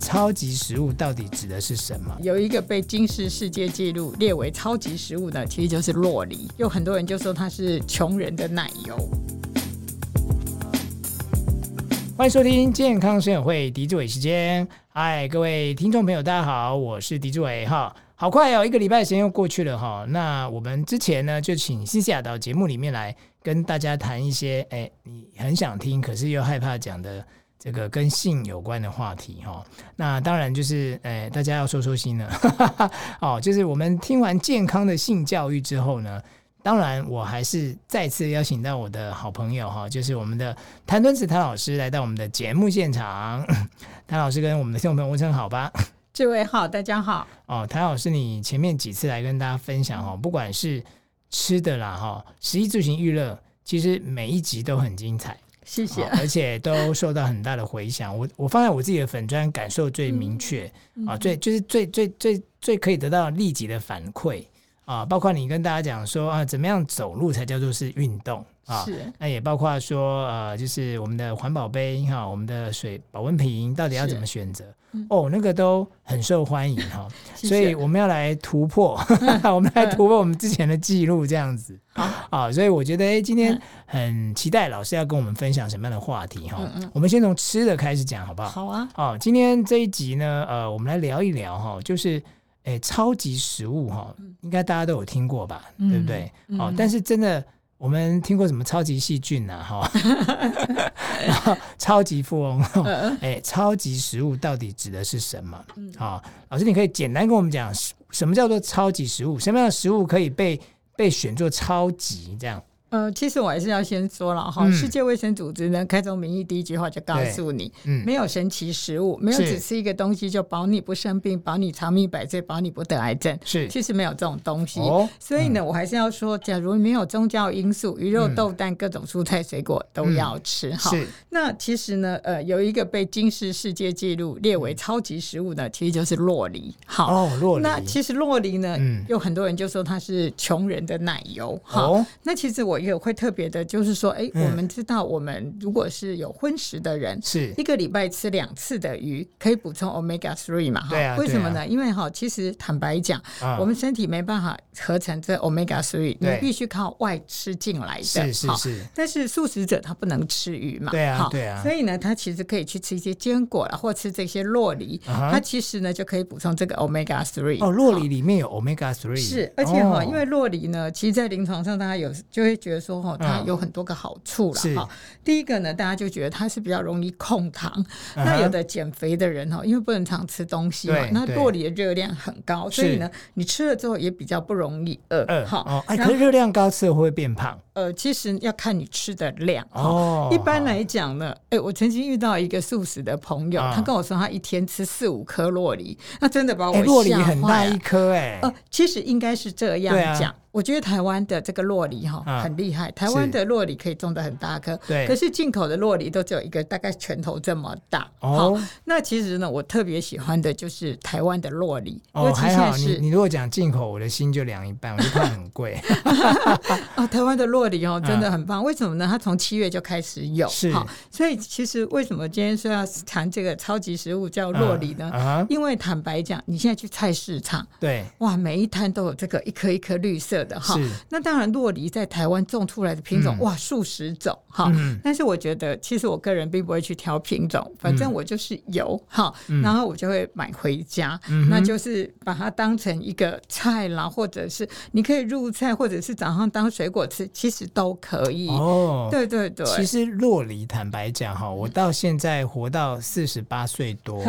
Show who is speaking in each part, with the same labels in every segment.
Speaker 1: 超级食物到底指的是什么？
Speaker 2: 有一个被金氏世界纪录列为超级食物的，其实就是洛梨。有很多人就说它是穷人的奶油。
Speaker 1: 欢迎收听健康生友会狄志伟时间。嗨，各位听众朋友，大家好，我是狄志伟哈。好快哦，一个礼拜的时间又过去了哈。那我们之前呢，就请西西亚到节目里面来跟大家谈一些，哎，你很想听，可是又害怕讲的这个跟性有关的话题哈。那当然就是，哎，大家要收收心了。 哦，就是我们听完健康的性教育之后呢，当然我还是再次邀请到我的好朋友哈，就是我们的谭敦子谭老师来到我们的节目现场。 谭老师跟我们的听众朋友问声好吧。
Speaker 2: 这位好，大家好。
Speaker 1: 哦，谭老师，你前面几次来跟大家分享哦，不管是吃的啦哈，食衣住行娱乐，其实每一集都很精彩，
Speaker 2: 谢谢。
Speaker 1: 哦而且都受到很大的回响。我我放在我自己的粉砖感受最明确
Speaker 2: 嗯
Speaker 1: 啊、最就是最最最最可以得到立即的反馈啊，包括你跟大家讲说啊，怎么样走路才叫做是运动啊。
Speaker 2: 是
Speaker 1: 那也包括说，呃，就是我们的环保杯哈，我们的水保温瓶到底要怎么选择？哦，那个都很受欢迎哈，
Speaker 2: 嗯 谢谢嗯
Speaker 1: 所以我们要来突破， 我们来突破我们之前的记录这样子。
Speaker 2: 好，嗯
Speaker 1: 啊，所以我觉得，哎、今天很期待老师要跟我们分享什么样的话题哈。
Speaker 2: 嗯
Speaker 1: 我们先从吃的开始讲，好不好？
Speaker 2: 好啊。
Speaker 1: 哦，今天这一集呢，呃，我们来聊一聊哈，就是，哎、超级食物哈，
Speaker 2: 嗯
Speaker 1: 应该大家都有听过吧，对不对？哦，但是真的，我们听过什么超级细菌呐、啊，哈，然后 超级富 翁，
Speaker 2: 嗯
Speaker 1: 哈哎、超级食物到底指的是什么？
Speaker 2: 嗯
Speaker 1: 好、老师，你可以简单跟我们讲，什么叫做超级食物？什么样的食物可以被被选作超级这样？
Speaker 2: 呃，其实我还是要先说了哈，
Speaker 1: 嗯
Speaker 2: 世界卫生组织呢开宗明义第一句话就告诉你，
Speaker 1: 嗯
Speaker 2: 没有神奇食物，没有
Speaker 1: 是
Speaker 2: 只吃一个东西就保你不生病，保你长命百岁，保你不得癌症。
Speaker 1: 是
Speaker 2: 其实没有这种东西。
Speaker 1: 哦
Speaker 2: 所以呢，我还是要说，假如没有宗教因素，鱼肉、豆蛋、各种蔬菜、水果都要吃哈。
Speaker 1: 嗯是
Speaker 2: 那其实呢，呃，有一个被金氏世界纪录列为超级食物的，其实就是洛梨。好，
Speaker 1: 嗯哦，洛梨，
Speaker 2: 那其实洛梨呢，
Speaker 1: 嗯
Speaker 2: 有很多人就说它是穷人的奶油哈。
Speaker 1: 哦，
Speaker 2: 那其实我也会特别的，就是说，哎、
Speaker 1: 嗯
Speaker 2: 我们知道，我们如果是有荤食的人，
Speaker 1: 是
Speaker 2: 一个礼拜吃两次的鱼，可以补充 omega three 嘛？哈
Speaker 1: 对啊
Speaker 2: 为什么
Speaker 1: 对
Speaker 2: 呢？因为哈，其实坦白讲，
Speaker 1: 啊
Speaker 2: 我们身体没办法合成这 omega three，你
Speaker 1: 对
Speaker 2: 必须靠外吃进来的。
Speaker 1: 是是
Speaker 2: 哈
Speaker 1: 是，
Speaker 2: 但是素食者他不能吃鱼嘛，
Speaker 1: 对啊
Speaker 2: 哈
Speaker 1: 对啊
Speaker 2: 所以呢，他其实可以去吃一些坚果啦，或吃这些洛梨，
Speaker 1: 啊哈
Speaker 2: 他其实呢就可以补充这个 omega three。
Speaker 1: 哦，洛梨里面有 omega three，
Speaker 2: 是，而且哈、
Speaker 1: 哦
Speaker 2: 因为洛梨呢，其实，在临床上大家有就会觉得说哈、它
Speaker 1: 嗯
Speaker 2: 有很多个好处了
Speaker 1: 是
Speaker 2: 哈、第一个呢，大家就觉得它是比较容易控糖。
Speaker 1: 嗯哼
Speaker 2: 那有的减肥的人哈，因为不能常吃东西嘛
Speaker 1: 对，
Speaker 2: 那
Speaker 1: 对
Speaker 2: 洛梨的热量很高，所以呢，你吃了之后也比较不容易饿
Speaker 1: 二。
Speaker 2: 哈、
Speaker 1: 哦，哎，
Speaker 2: 然
Speaker 1: 可
Speaker 2: 后
Speaker 1: 是热量高吃了会不会变胖
Speaker 2: 呃，其实要看你吃的量哈
Speaker 1: 哦。
Speaker 2: 一般来讲呢，哎、我曾经遇到一个素食的朋友，
Speaker 1: 啊
Speaker 2: 他跟我说他一天吃四五颗洛梨，那真的把我
Speaker 1: 哎，洛梨
Speaker 2: 吓
Speaker 1: 很大
Speaker 2: 坏了
Speaker 1: 一颗哎，
Speaker 2: 呃，其实应该是这样
Speaker 1: 对啊
Speaker 2: 讲。我觉得台湾的这个洛梨哈、
Speaker 1: 啊
Speaker 2: 很厉害，台湾的洛梨可以种的很大颗，
Speaker 1: 对
Speaker 2: 可是进口的洛梨都只有一个大概拳头这么大。
Speaker 1: 哦
Speaker 2: 好，那其实呢，我特别喜欢的就是台湾的洛梨，
Speaker 1: 哦，
Speaker 2: 尤其
Speaker 1: 还
Speaker 2: 现
Speaker 1: 好
Speaker 2: 在
Speaker 1: 你
Speaker 2: 是
Speaker 1: 你如果讲进口，我的心就凉一半，我就怕很 贵。
Speaker 2: 啊，台湾的洛梨哦，真的很棒。为什么呢？它从七月就开始有，
Speaker 1: 啊是
Speaker 2: 好，所以其实为什么今天说要谈这个超级食物叫哦洛梨呢？
Speaker 1: 嗯 啊哈，
Speaker 2: 因为坦白讲，你现在去菜市场，
Speaker 1: 对，
Speaker 2: 哇，每一摊都有这个一颗一颗绿色的哈
Speaker 1: 是。嗯
Speaker 2: 那当然，洛梨在台湾种出来的品种、哇数十种哈。但是我觉得，其实我个人并不会去挑品
Speaker 1: 嗯
Speaker 2: 种，反正我就是有哈，然后我就会买回家，
Speaker 1: 嗯
Speaker 2: 那就是把它当成一个菜啦，或者是你可以入菜，或者是早上当水果吃，其实都可以。
Speaker 1: 哦，
Speaker 2: 对嗯对对，
Speaker 1: 其实洛梨，坦白讲哈，我到现在活到四十八岁多，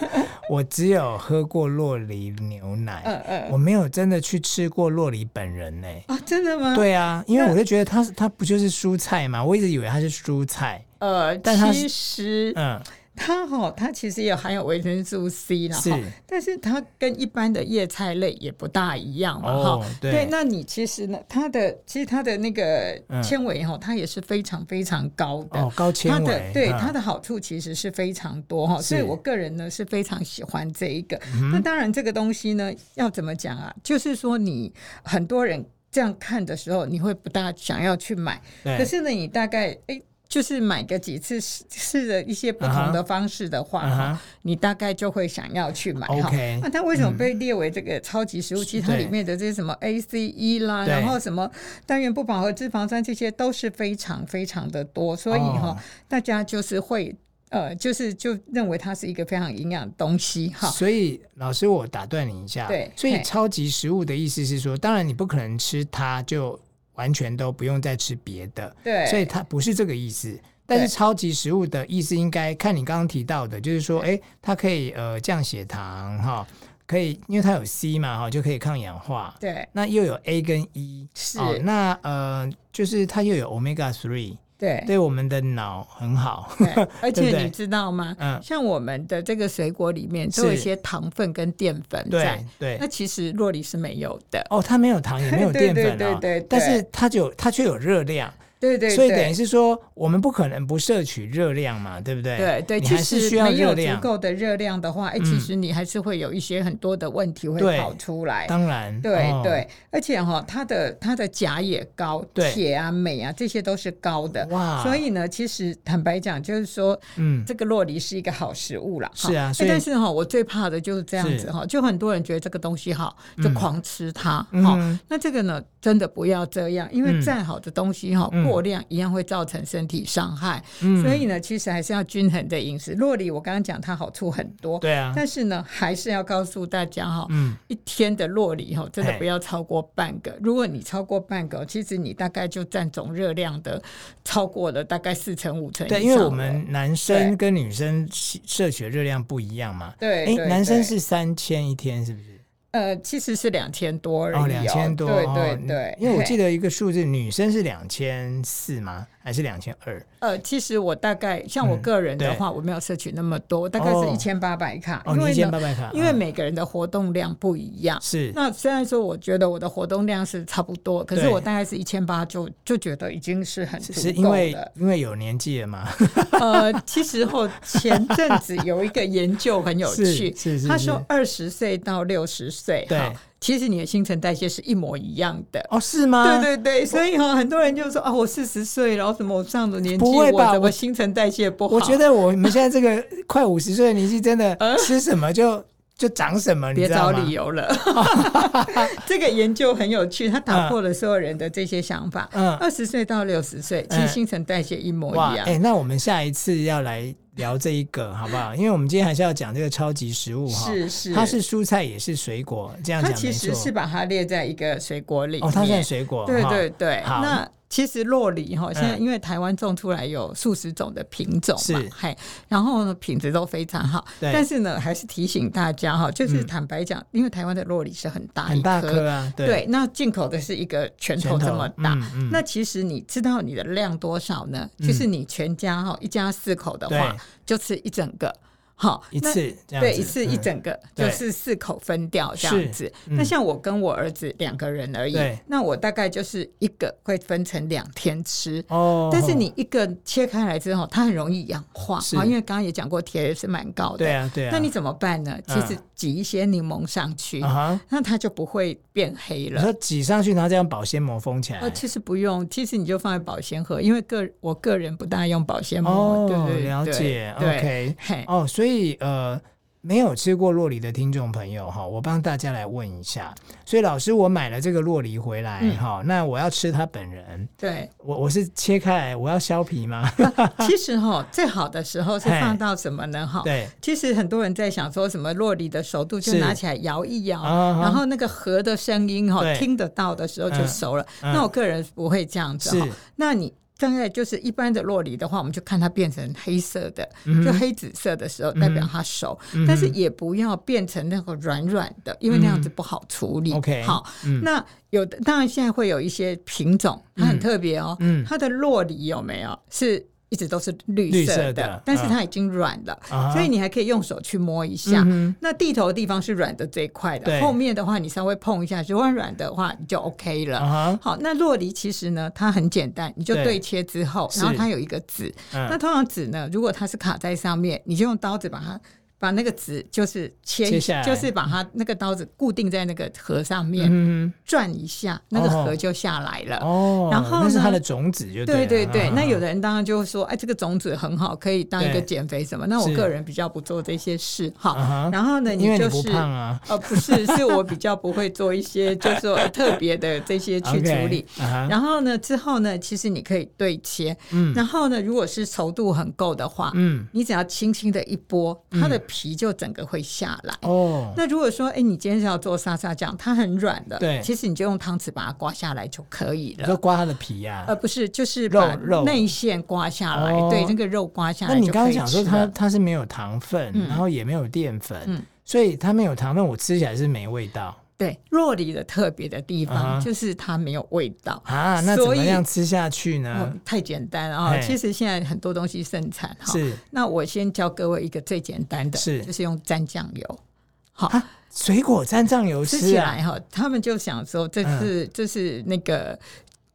Speaker 1: 我只有喝过洛梨牛奶，
Speaker 2: 嗯嗯
Speaker 1: 我没有真的去吃过洛梨本人哎呢、
Speaker 2: 啊，真的吗？，
Speaker 1: 对啊，因为我就觉得它是它不就是蔬菜嘛，我一直以为它是蔬菜。
Speaker 2: 呃，
Speaker 1: 但它
Speaker 2: 其实
Speaker 1: 嗯，
Speaker 2: 它哈、它其实也含有维生素 C 啦，
Speaker 1: 是
Speaker 2: 哈但是它跟一般的叶菜类也不大一样嘛，哈、
Speaker 1: 哦对
Speaker 2: 那你其实呢，它的其实它的那个
Speaker 1: 嗯
Speaker 2: 纤维哈，它也是非常非常高的。
Speaker 1: 哦，高
Speaker 2: 它
Speaker 1: 纤
Speaker 2: 的
Speaker 1: 维，
Speaker 2: 对
Speaker 1: 嗯
Speaker 2: 它的好处其实是非常多哈，所以
Speaker 1: 是嗯
Speaker 2: 我个人呢是非常喜欢这一个。那当然，这个东西呢要怎么讲啊？就是说你很多人这样看的时候，你会不大想要去买，
Speaker 1: 对
Speaker 2: 可是呢，你大概哎。就是买个几次试试着一些不同的方式的话
Speaker 1: 嗯
Speaker 2: 哈
Speaker 1: 哼
Speaker 2: 你大概就会想要去买哈。
Speaker 1: OK 嗯
Speaker 2: 那它为什么被列为这个超级食物？其实它
Speaker 1: 对
Speaker 2: 里面的这些什么 ACE 啦，
Speaker 1: 对
Speaker 2: 然后什么单元不饱和脂肪酸这些都是非常非常的多，所以哈、
Speaker 1: 哦
Speaker 2: 大家就是会呃，就是就认为它是一个非常营养的东西哈。
Speaker 1: 所以老师，我打断你一下。
Speaker 2: 对
Speaker 1: 所以
Speaker 2: 嘿
Speaker 1: 超级食物的意思是说，当然你不可能吃它就完全都不用再吃别的，
Speaker 2: 对，
Speaker 1: 所以它不是这个意思。但是
Speaker 2: 对
Speaker 1: 超级食物的意思应该看你刚刚提到的，就是说，哎，它可以呃降血糖哈，可以因为它有 C 嘛哈，就可以抗氧化。
Speaker 2: 对
Speaker 1: 那又有 A 跟 E，
Speaker 2: 是
Speaker 1: 哦那呃，就是它又有 omega three，
Speaker 2: 对
Speaker 1: 对我们的脑很好。
Speaker 2: 对，
Speaker 1: 对
Speaker 2: 而
Speaker 1: 不
Speaker 2: 且
Speaker 1: 对
Speaker 2: 你知道吗？
Speaker 1: 嗯
Speaker 2: 像我们的这个水果里面都有一
Speaker 1: 是
Speaker 2: 些糖分跟淀粉在
Speaker 1: 对， 对
Speaker 2: 那，其实洛梨是没有的。
Speaker 1: 哦，它没有糖也没有淀粉啊，
Speaker 2: 对对对对对
Speaker 1: 但是它就它却有热量，
Speaker 2: 对对对，
Speaker 1: 所以等于是说我们不可能不摄取热量嘛，对不对？
Speaker 2: 对对，
Speaker 1: 你
Speaker 2: 其
Speaker 1: 还是
Speaker 2: 实
Speaker 1: 需要
Speaker 2: 没
Speaker 1: 热
Speaker 2: 有足
Speaker 1: 量，
Speaker 2: 够的热量的话，哎、其
Speaker 1: 嗯
Speaker 2: 实你还是会有一些很多的问题会
Speaker 1: 对
Speaker 2: 跑出来。
Speaker 1: 当然，
Speaker 2: 对
Speaker 1: 哦
Speaker 2: 对，而且哈、它的它的钾也高，
Speaker 1: 对
Speaker 2: 铁啊、镁啊，这些都是高的。
Speaker 1: 哇，
Speaker 2: 所以呢，其实坦白讲，就是说
Speaker 1: 嗯，
Speaker 2: 这个洛梨是一个好食物啦。哈
Speaker 1: 是啊
Speaker 2: 哎
Speaker 1: 所以
Speaker 2: 但是哈、我最怕的就是这样子哈、就很多人觉得这个东西好，就
Speaker 1: 嗯
Speaker 2: 狂吃它哈、
Speaker 1: 嗯
Speaker 2: 那这个呢，真的不要这样，因
Speaker 1: 嗯
Speaker 2: 为再好的东西哈、
Speaker 1: 嗯
Speaker 2: 过量一样会造成身体伤害。
Speaker 1: 嗯
Speaker 2: 所以呢，其实还是要均衡的饮食。洛梨我刚刚讲它好处很多，
Speaker 1: 对啊，
Speaker 2: 但是呢，还是要告诉大家哈、
Speaker 1: 嗯，
Speaker 2: 一天的洛梨哈，真的
Speaker 1: 嘿
Speaker 2: 不要超过半个。如果你超过半个，其实你大概就占总热量的超过了大概四成五成以
Speaker 1: 对，
Speaker 2: 上了。
Speaker 1: 因为我们男生
Speaker 2: 对
Speaker 1: 跟女生吸摄取的热量不一样嘛，
Speaker 2: 对，
Speaker 1: 哎，
Speaker 2: 对
Speaker 1: 男生
Speaker 2: 对
Speaker 1: 是三千一天是不是？
Speaker 2: 呃，其实是两千多而已、
Speaker 1: 哦，两千多，
Speaker 2: 对
Speaker 1: 哦
Speaker 2: 对对，
Speaker 1: 因为我记
Speaker 2: 得
Speaker 1: 得一个数字，女生是两千四吗？还是两千二？
Speaker 2: 呃，其实我大概像我
Speaker 1: 嗯
Speaker 2: 个人的
Speaker 1: 对
Speaker 2: 话，我没有摄取那么多，我大概是
Speaker 1: 哦
Speaker 2: 一千八百卡，
Speaker 1: 哦，
Speaker 2: 因
Speaker 1: 你一
Speaker 2: 为
Speaker 1: 千
Speaker 2: 呢，
Speaker 1: 八百卡，
Speaker 2: 因为
Speaker 1: 嗯
Speaker 2: 每个人的活动量不一样。
Speaker 1: 是
Speaker 2: 那虽然说我觉得我的活动量是差不多，可是
Speaker 1: 对
Speaker 2: 我大概是一千八就就觉得已经是很足
Speaker 1: 是是
Speaker 2: 够
Speaker 1: 因 为
Speaker 2: 的
Speaker 1: 因为有年纪了嘛？
Speaker 2: 呃，其实后前阵子有一个研究很 有趣
Speaker 1: 是，是是
Speaker 2: 他
Speaker 1: 是
Speaker 2: 说二十岁到六十岁，
Speaker 1: 对
Speaker 2: 哈，其实你的新陈代谢是一模一样的。
Speaker 1: 哦，是吗？
Speaker 2: 对对对，所以哈、很多人就说啊，我四十岁，然后什么我上了年纪，
Speaker 1: 不会吧
Speaker 2: 我怎
Speaker 1: 我
Speaker 2: 么新陈代谢不好？嗯
Speaker 1: 我觉得我们现在这个快五十岁的年纪，真的吃什么就就长什么，你
Speaker 2: 别
Speaker 1: 知道
Speaker 2: 找
Speaker 1: 吗
Speaker 2: 理？由了。 这个研究很有趣，它打破了所有人的这些想法。
Speaker 1: 嗯，
Speaker 2: 二十岁到六十岁，其
Speaker 1: 嗯
Speaker 2: 实新陈代谢一模
Speaker 1: 哇，
Speaker 2: 一样。
Speaker 1: 哎，那我们下一次要来聊这一个好不好？因为我们今天还是要讲这个超级食物哈，
Speaker 2: 是是，
Speaker 1: 它是蔬菜也是水果，这样
Speaker 2: 它
Speaker 1: 讲
Speaker 2: 其
Speaker 1: 没
Speaker 2: 实是
Speaker 1: 错。
Speaker 2: 把它列在一个水果里面。
Speaker 1: 哦，它算水果，
Speaker 2: 对
Speaker 1: 哈
Speaker 2: 对对。
Speaker 1: 好
Speaker 2: 那其实洛梨哈，现在
Speaker 1: 嗯
Speaker 2: 因为台湾种出来有数十种的品种嘛
Speaker 1: 是，
Speaker 2: 嘿，然后呢品质都非常好。
Speaker 1: 对
Speaker 2: 但是呢，还是提醒大家哈，就是
Speaker 1: 嗯
Speaker 2: 坦白讲，因为台湾的洛梨是很大
Speaker 1: 很
Speaker 2: 一
Speaker 1: 大颗啊，
Speaker 2: 对，那进口的是一个拳
Speaker 1: 拳
Speaker 2: 头
Speaker 1: 头
Speaker 2: 这么大。
Speaker 1: 嗯嗯
Speaker 2: 那其实你知道你的量多少呢？就是你全家哈，一家四口的话
Speaker 1: 对，
Speaker 2: 就吃一整个，好
Speaker 1: 一
Speaker 2: 那
Speaker 1: 次这样
Speaker 2: 对，
Speaker 1: 子
Speaker 2: 一次一
Speaker 1: 嗯
Speaker 2: 整个、
Speaker 1: 对
Speaker 2: 就是四口分掉这
Speaker 1: 是
Speaker 2: 样子。
Speaker 1: 嗯
Speaker 2: 那像我跟我儿子两个人而已
Speaker 1: 对，
Speaker 2: 那我大概就是一个会分成两天吃。
Speaker 1: 哦，
Speaker 2: 但是你一个切开来之后，它很容易氧化
Speaker 1: 是
Speaker 2: 啊，因为刚刚也讲过，铁也是蛮高的。
Speaker 1: 对啊对啊，
Speaker 2: 那你怎么办呢？其实
Speaker 1: 嗯
Speaker 2: 挤一些柠檬上去，
Speaker 1: 啊哈，
Speaker 2: 那它就不会变黑
Speaker 1: 你
Speaker 2: 了。
Speaker 1: 说挤上去，然后再用保鲜膜封起来
Speaker 2: 呃，。其实不用，其实你就放在保鲜盒，因为个我个人不大用保鲜
Speaker 1: 哦
Speaker 2: 膜，，对对对，
Speaker 1: 了解
Speaker 2: 对
Speaker 1: ，OK，
Speaker 2: 嘿，
Speaker 1: 哦，所以呃，没有吃过洛梨的听众朋友哈，我帮大家来问一下。所以老师，我买了这个洛梨回来
Speaker 2: 嗯
Speaker 1: 哈、那我要吃它本人，
Speaker 2: 对。
Speaker 1: 我我是切开来，我要削皮吗？
Speaker 2: 其实哈，最好的时候是
Speaker 1: 嘿
Speaker 2: 放到什么呢？哈，
Speaker 1: 对，
Speaker 2: 其实很多人在想说什么洛梨的熟度，就是拿起来摇一摇，
Speaker 1: 啊哈
Speaker 2: 然后那个核的声音哈
Speaker 1: 对，
Speaker 2: 听得到的时候就熟了。
Speaker 1: 嗯嗯
Speaker 2: 那我个人不会这样子
Speaker 1: 是
Speaker 2: 哈。那你大概就是一般的洛梨的话，我们就看它变成黑色的，
Speaker 1: 嗯哼
Speaker 2: 就黑紫色的时候，
Speaker 1: 哼
Speaker 2: 代表它熟。
Speaker 1: 嗯哼
Speaker 2: 但是也不要变成那个软软的，因为那样子不好处理。
Speaker 1: OK，
Speaker 2: 好，
Speaker 1: 嗯
Speaker 2: 那有的当然现在会有一些品种，它很特别哦，
Speaker 1: 嗯
Speaker 2: 它的洛梨有没有是？一直都是绿
Speaker 1: 绿
Speaker 2: 色
Speaker 1: 色
Speaker 2: 的，
Speaker 1: 的
Speaker 2: 但是
Speaker 1: 嗯
Speaker 2: 它已经软了，
Speaker 1: 啊哈
Speaker 2: 所以你还可以用手去摸一下。
Speaker 1: 嗯
Speaker 2: 那地头的地方是软的最快
Speaker 1: 对
Speaker 2: 的，后面的话你稍微碰一下，如果软的话你就 OK 了。
Speaker 1: 啊哈，
Speaker 2: 好，那洛梨其实呢，它很简单，你就
Speaker 1: 对
Speaker 2: 对切之后，
Speaker 1: 是
Speaker 2: 然后它有一个籽。
Speaker 1: 嗯
Speaker 2: 那通常籽呢，如果它是卡在上面，你就用刀子把它把那个纸就是切，
Speaker 1: 切下来
Speaker 2: 就是把它那个刀子固定在那个盒上面、
Speaker 1: 嗯
Speaker 2: 转一下，那个
Speaker 1: 哦
Speaker 2: 盒就下来了。
Speaker 1: 哦，
Speaker 2: 然后
Speaker 1: 那是
Speaker 2: 呢
Speaker 1: 它的种子就
Speaker 2: 对
Speaker 1: 对
Speaker 2: 对
Speaker 1: 了
Speaker 2: 对，
Speaker 1: 啊
Speaker 2: 那有的人当然就说，哎，这个种子很好，可以当一个
Speaker 1: 对
Speaker 2: 减肥什么。那我
Speaker 1: 是
Speaker 2: 个人比较不做这些事
Speaker 1: 啊
Speaker 2: 哈。
Speaker 1: 哈
Speaker 2: 然后呢，
Speaker 1: 因为你
Speaker 2: 就
Speaker 1: 不
Speaker 2: 是
Speaker 1: 胖啊，
Speaker 2: 呃，不是，是我比较不会做一些，就是说特别的 这些去处理。
Speaker 1: OK，啊哈，
Speaker 2: 然后呢，之后呢，其实你可以对切。
Speaker 1: 嗯
Speaker 2: 然后呢，如果是稠度很够的话，
Speaker 1: 嗯
Speaker 2: 你只要轻轻的一拨，它的皮就整个会下来。
Speaker 1: 哦，
Speaker 2: 那如果说，哎，你今天是要做沙沙酱，它很软的，
Speaker 1: 对
Speaker 2: 其实你就用汤匙把它刮下来就可以
Speaker 1: 你
Speaker 2: 了。
Speaker 1: 说刮它的皮呀、
Speaker 2: 而不是就是
Speaker 1: 肉
Speaker 2: 把
Speaker 1: 肉
Speaker 2: 内馅刮下来，
Speaker 1: 哦
Speaker 2: 对，那个肉刮下
Speaker 1: 那
Speaker 2: 来
Speaker 1: 你
Speaker 2: 就
Speaker 1: 刚刚
Speaker 2: 可以
Speaker 1: 讲说
Speaker 2: 吃
Speaker 1: 它
Speaker 2: 了。
Speaker 1: 它是没有糖分，
Speaker 2: 嗯
Speaker 1: 然后也没有淀粉，
Speaker 2: 嗯
Speaker 1: 所以它没有糖分，我吃起来是没味道
Speaker 2: 对，若梨的特别的地
Speaker 1: 啊
Speaker 2: 方
Speaker 1: 哈
Speaker 2: 就是它没有味道。
Speaker 1: 啊。那怎么
Speaker 2: 所以
Speaker 1: 样吃下去呢？
Speaker 2: 嗯，太简单了啊！
Speaker 1: 嘿
Speaker 2: 其实现在很多东西盛产哈，
Speaker 1: 是
Speaker 2: 那我先教各位一个最简单的，
Speaker 1: 是
Speaker 2: 就是用蘸酱油。好，
Speaker 1: 啊，水果蘸酱油
Speaker 2: 吃
Speaker 1: 吃
Speaker 2: 起
Speaker 1: 啊，嗯
Speaker 2: 来哈，他们就想说这是这是那个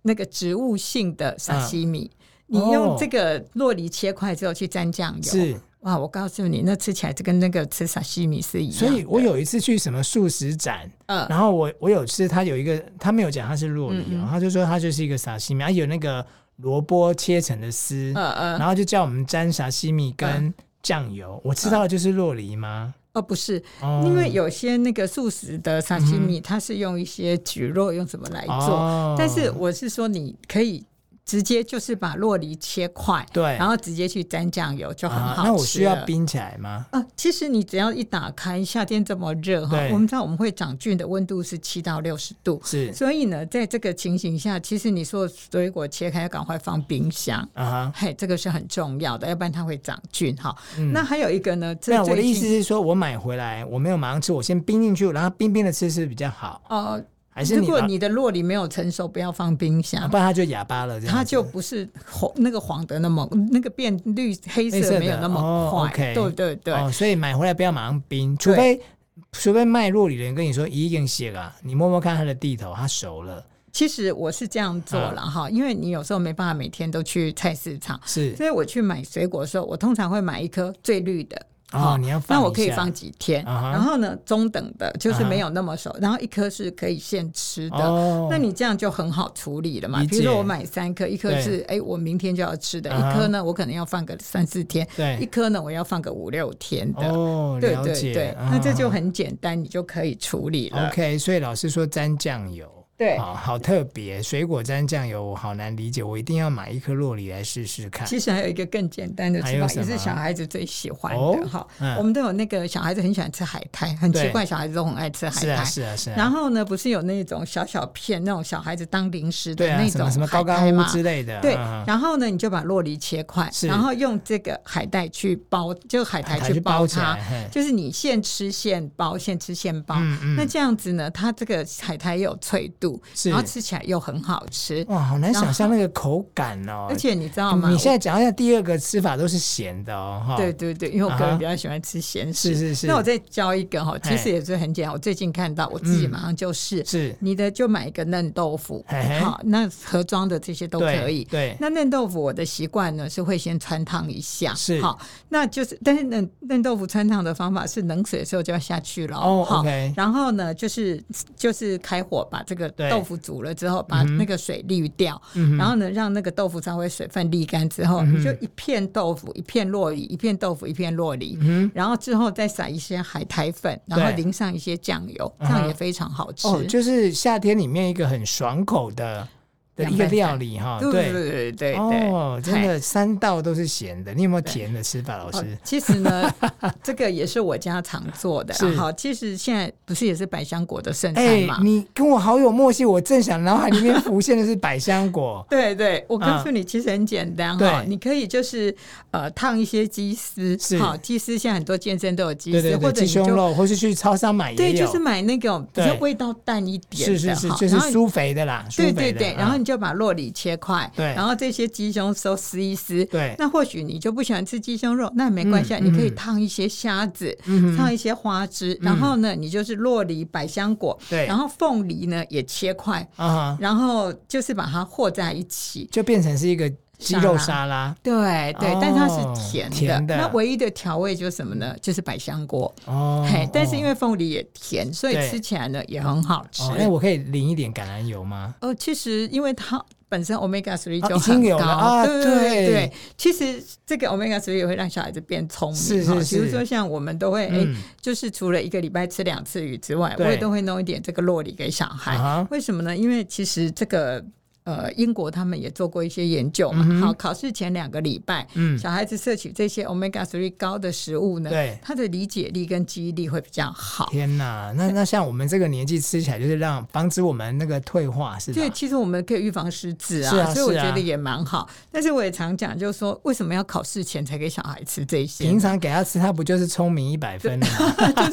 Speaker 2: 那个植物性的沙西米。
Speaker 1: 嗯
Speaker 2: 你用这个洛梨切块之后去蘸酱油，
Speaker 1: 哦是。
Speaker 2: 哇！我告诉你，那吃起来就跟那个吃沙西米是一样的。
Speaker 1: 所以我有一次去什么素食展，
Speaker 2: 嗯
Speaker 1: 然后我我有吃，他有一个他没有讲他是洛梨、
Speaker 2: 嗯
Speaker 1: 哦，
Speaker 2: 嗯
Speaker 1: 他就说他就是一个沙西米，啊还有那个萝卜切成的丝，
Speaker 2: 呃呃
Speaker 1: 然后就叫我们沾沙西米
Speaker 2: 嗯
Speaker 1: 跟酱油。我吃到的就是洛梨吗？
Speaker 2: 哦，不是，
Speaker 1: 哦嗯
Speaker 2: 因为有些那个素食的沙西米，它是用一些蒟肉用什么来做，
Speaker 1: 哦
Speaker 2: 但是我是说你可以直接就是把洛梨切块，
Speaker 1: 对，
Speaker 2: 然后直接去沾酱油就很好
Speaker 1: 啊
Speaker 2: 吃、了。
Speaker 1: 那我需要冰起来吗？
Speaker 2: 啊，其实你只要一打开，夏天这么热哈，
Speaker 1: 对
Speaker 2: 我们知道我们会长菌的温度是七到六十度，
Speaker 1: 是
Speaker 2: 所以呢，在这个情形下，其实你说水果切开要赶快放冰箱，
Speaker 1: 啊哈，
Speaker 2: 嘿，这个是很重要的，要不然它会长菌哈。
Speaker 1: 嗯
Speaker 2: 那还有一个呢，这
Speaker 1: 那我的
Speaker 2: 最
Speaker 1: 意
Speaker 2: 近
Speaker 1: 思是说，我买回来我没有马上吃，我先冰进去，然后冰冰的吃是比较好，
Speaker 2: 呃，
Speaker 1: 还是
Speaker 2: 如
Speaker 1: 你
Speaker 2: 果
Speaker 1: 把啊
Speaker 2: 你的洛梨没有成熟，不要放冰箱。
Speaker 1: 不然它就哑巴了，这样
Speaker 2: 它
Speaker 1: 子
Speaker 2: 就不是红那个黄的那么那个变绿黑
Speaker 1: 黑色的
Speaker 2: 色没有那么
Speaker 1: 哦
Speaker 2: 快，
Speaker 1: ，OK
Speaker 2: 对对对，
Speaker 1: 哦，所以买回来不要马上冰，除
Speaker 2: 对
Speaker 1: 非除非卖洛里的人跟你说已经写了，你摸摸看它的地头，它熟了，
Speaker 2: 其实我是这样做了
Speaker 1: 嗯
Speaker 2: 哈，因为你有时候没办法每天都去菜市场，
Speaker 1: 是
Speaker 2: 所以我去买水果的时候，我通常会买一颗最绿的。
Speaker 1: 哦
Speaker 2: 哈
Speaker 1: 你要放
Speaker 2: 那我可
Speaker 1: 一
Speaker 2: 以
Speaker 1: 下
Speaker 2: 放几天，
Speaker 1: 啊哈
Speaker 2: 然后呢，中等的，就是
Speaker 1: 啊哈
Speaker 2: 没有那么熟，然后一颗是可以现吃的，
Speaker 1: 哦，
Speaker 2: 那你这样就很好处理了嘛。
Speaker 1: 理解
Speaker 2: 比如说我买三颗，一颗
Speaker 1: 对
Speaker 2: 是哎、我明天就要吃的，
Speaker 1: 啊哈
Speaker 2: 一颗呢我可能要放个三四天，一
Speaker 1: 对
Speaker 2: 颗呢我要放个五六天的，
Speaker 1: 哦，
Speaker 2: 对
Speaker 1: 了
Speaker 2: 对
Speaker 1: 解，
Speaker 2: 对，
Speaker 1: 啊
Speaker 2: 那这就很简单，你就可以处理了。
Speaker 1: OK。所以老师说沾酱油。
Speaker 2: 对
Speaker 1: 好好特别，水果沾酱油，我好难理解，我一定要买一颗洛里来试试看。
Speaker 2: 其实还有一个更简单的
Speaker 1: 还
Speaker 2: 吃
Speaker 1: 有
Speaker 2: 法，
Speaker 1: 什
Speaker 2: 也
Speaker 1: 么
Speaker 2: 是小孩子最喜欢
Speaker 1: 哦
Speaker 2: 的哈。
Speaker 1: 嗯
Speaker 2: 我们都有那个小孩子很喜欢吃海苔，很奇
Speaker 1: 对
Speaker 2: 怪，小孩子都很爱吃海
Speaker 1: 是啊，
Speaker 2: 苔。
Speaker 1: 是啊，是啊。
Speaker 2: 然后呢，不是有那种小小片那种小孩子当零食的
Speaker 1: 对啊，
Speaker 2: 那
Speaker 1: 什
Speaker 2: 种
Speaker 1: 么什么
Speaker 2: 海
Speaker 1: 高
Speaker 2: 苔
Speaker 1: 干屋
Speaker 2: 嘛？
Speaker 1: 之类的，
Speaker 2: 对
Speaker 1: 嗯，
Speaker 2: 然后呢，你就把洛梨切块，
Speaker 1: 是
Speaker 2: 然后用这个海带去包，就海苔
Speaker 1: 啊去
Speaker 2: 去包
Speaker 1: 起
Speaker 2: 它
Speaker 1: 来，，嘿
Speaker 2: 就是你现吃现包，现吃现包。
Speaker 1: 嗯
Speaker 2: 那
Speaker 1: 嗯，
Speaker 2: 这样子呢，它这个海苔也有脆度，
Speaker 1: 是
Speaker 2: 然后吃起来又很好吃，
Speaker 1: 哇，好难
Speaker 2: 然后
Speaker 1: 想象那个口感哦。
Speaker 2: 而且你知道吗？
Speaker 1: 你现在讲一下第二个吃法都是咸的哦，哈，
Speaker 2: 对，对对，因为我个
Speaker 1: 啊哈
Speaker 2: 人比较喜欢吃咸食。
Speaker 1: 是是是
Speaker 2: 那我再教一个哈，
Speaker 1: 嘿
Speaker 2: 其实也是很简单。我最近看到，我自己
Speaker 1: 嗯
Speaker 2: 马上就试。
Speaker 1: 是，
Speaker 2: 你的就买一个嫩豆腐
Speaker 1: 嘿嘿，
Speaker 2: 好，那盒装的这些都
Speaker 1: 对
Speaker 2: 可以。
Speaker 1: 对，
Speaker 2: 那嫩豆腐我的习惯呢是会先穿烫一下，
Speaker 1: 是
Speaker 2: 好，那就是但是嫩嫩豆腐穿烫的方法是冷水的时候就要下去了
Speaker 1: 哦
Speaker 2: 好
Speaker 1: ，OK
Speaker 2: 然后呢就是就是开火把这个
Speaker 1: 对
Speaker 2: 豆腐煮了之后，把那个水滤掉，
Speaker 1: 嗯
Speaker 2: 然后呢让那个豆腐稍微水分沥干之后，你就一片豆腐一片落梨，一片豆腐一片落梨，
Speaker 1: 嗯
Speaker 2: 然后之后再撒一些海苔粉，然后
Speaker 1: 对
Speaker 2: 淋上一些酱油，这
Speaker 1: 嗯
Speaker 2: 样
Speaker 1: 哼
Speaker 2: 也非常好吃。
Speaker 1: 哼，哦，就是夏天里面一个很爽口的的一个
Speaker 2: 凉拌菜
Speaker 1: 料理哈，
Speaker 2: 对对对对对，
Speaker 1: 哦，真的三道都是咸的，你有没有甜的吃法，老
Speaker 2: 哦
Speaker 1: 师？，
Speaker 2: 其实呢， 这个也是我家常做的啊
Speaker 1: 是。
Speaker 2: 好，其实现在不是也是百香果的盛产
Speaker 1: 哎
Speaker 2: 嘛？，，
Speaker 1: 你跟我好有默契，我正想脑海里面浮现的是百香果
Speaker 2: 对对，我告诉你，其实很简单
Speaker 1: 嗯对
Speaker 2: 哈，你可以就是呃烫一些鸡丝
Speaker 1: 是，
Speaker 2: 好，鸡丝现在很多健身都有鸡
Speaker 1: 对
Speaker 2: 丝，
Speaker 1: 对对，
Speaker 2: 或者
Speaker 1: 鸡
Speaker 2: 你
Speaker 1: 胸
Speaker 2: 就
Speaker 1: 肉，或是去超商买也
Speaker 2: 对，
Speaker 1: 有
Speaker 2: 就是买那种比较
Speaker 1: 对
Speaker 2: 味道淡一点
Speaker 1: 是
Speaker 2: 的，
Speaker 1: 是是，
Speaker 2: 哈
Speaker 1: 就是
Speaker 2: 然后你
Speaker 1: 酥肥的啦，
Speaker 2: 对
Speaker 1: 酥肥
Speaker 2: 对
Speaker 1: 的
Speaker 2: 对，
Speaker 1: 嗯
Speaker 2: 然后你就把洛里切块，
Speaker 1: 对
Speaker 2: 然后这些鸡胸都撕一撕。
Speaker 1: 对
Speaker 2: 那或许你就不喜欢吃鸡胸肉，那没关系，啊，
Speaker 1: 嗯
Speaker 2: 你可以
Speaker 1: 嗯
Speaker 2: 烫一些虾子，
Speaker 1: 嗯哼
Speaker 2: 烫一些花枝，然后呢，你就是洛梨、百香果，
Speaker 1: 对
Speaker 2: 然后凤梨呢也切块，
Speaker 1: 啊哈，
Speaker 2: 然后就是把它和在一起。
Speaker 1: 就变成是一个鸡肉沙拉，
Speaker 2: 对对，但是它
Speaker 1: 哦
Speaker 2: 是甜的，
Speaker 1: 甜的
Speaker 2: 那唯一的调味就是什么呢？就是百香果。
Speaker 1: 哦
Speaker 2: 嘿，，但是
Speaker 1: 哦
Speaker 2: 因为凤梨也甜，所以
Speaker 1: 对
Speaker 2: 吃起来呢也很好吃。
Speaker 1: 哦，那我可以淋一点橄榄油吗？
Speaker 2: 哦，其实因为它本身 omega three
Speaker 1: 啊
Speaker 2: 就
Speaker 1: 已经
Speaker 2: 很
Speaker 1: 有
Speaker 2: 高，
Speaker 1: 了啊
Speaker 2: 对
Speaker 1: 对
Speaker 2: 对。其实这个 omega three 也会让小孩子变聪明，
Speaker 1: 是是
Speaker 2: 哈
Speaker 1: 是
Speaker 2: 比如说像我们都会，哎、
Speaker 1: 嗯
Speaker 2: 就是除了一个礼拜吃两次鱼之外，我
Speaker 1: 对
Speaker 2: 也都会弄一点这个洛梨给小孩。
Speaker 1: 啊哈
Speaker 2: 为什么呢？因为其实这个。呃，英国他们也做过一些研究嘛。好，考试前两个礼拜，
Speaker 1: 嗯
Speaker 2: 小孩子摄取这些 omega three 高的食物呢，
Speaker 1: 对
Speaker 2: 他的理解力跟记忆力会比较好。
Speaker 1: 天哪，那那像我们这个年纪吃起来，就是让防止我们那个退化，是吧
Speaker 2: 对，？其实我们可以预防失智啊，
Speaker 1: 是啊
Speaker 2: 所以我
Speaker 1: 是啊
Speaker 2: 觉得也蛮好。但是我也常讲，就是说为什么要考试前才给小孩吃这些？
Speaker 1: 平常给他吃，他不就是聪明一百分了吗？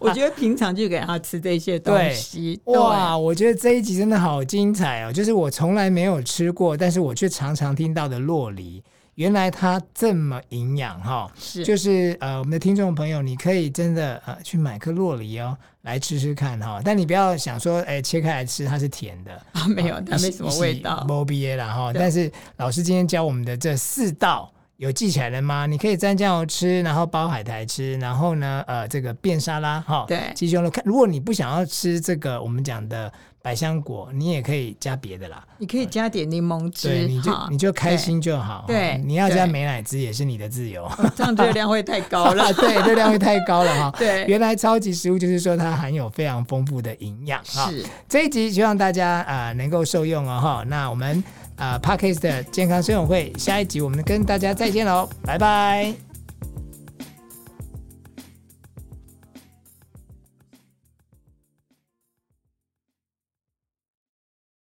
Speaker 2: 我觉得平常就给他吃这些东西， 对
Speaker 1: 哇，我觉得这一集真的好精彩哦！就是我从来没有吃过，但是我却常常听到的洛梨，原来它这么营养哈、
Speaker 2: 是
Speaker 1: 就是呃，我们的听众朋友，你可以真的呃去买颗洛梨哦，来吃吃看哈、但你不要想说，哎，切开来吃，它是甜的，
Speaker 2: 啊，没有，它没什么味道。
Speaker 1: 没毕业啦哈。
Speaker 2: 对
Speaker 1: 但是老师今天教我们的这四道。有记起来了吗？你可以蘸酱油吃，然后包海苔吃，然后呢，呃，这个变沙拉哈，
Speaker 2: 对
Speaker 1: 鸡胸肉。看，如果你不想要吃这个我们讲的百香果，你也可以加别的啦。
Speaker 2: 你可以加点柠檬
Speaker 1: 对，
Speaker 2: 汁
Speaker 1: 你就
Speaker 2: 哈，
Speaker 1: 你就开心就好。
Speaker 2: 对
Speaker 1: 哈你要加
Speaker 2: 对
Speaker 1: 美乃滋也是你的自由。。
Speaker 2: 对，这样热量会太高 了
Speaker 1: 对，热量会太高了哈。
Speaker 2: 对，
Speaker 1: 原来超级食物就是说它含有非常丰富的营养哈。
Speaker 2: 是，
Speaker 1: 这一集希望大家啊、呃能够受用哦哈。那我们啊、呃、Parkes 的健康生活会下一集我们跟大家再见喽，拜拜。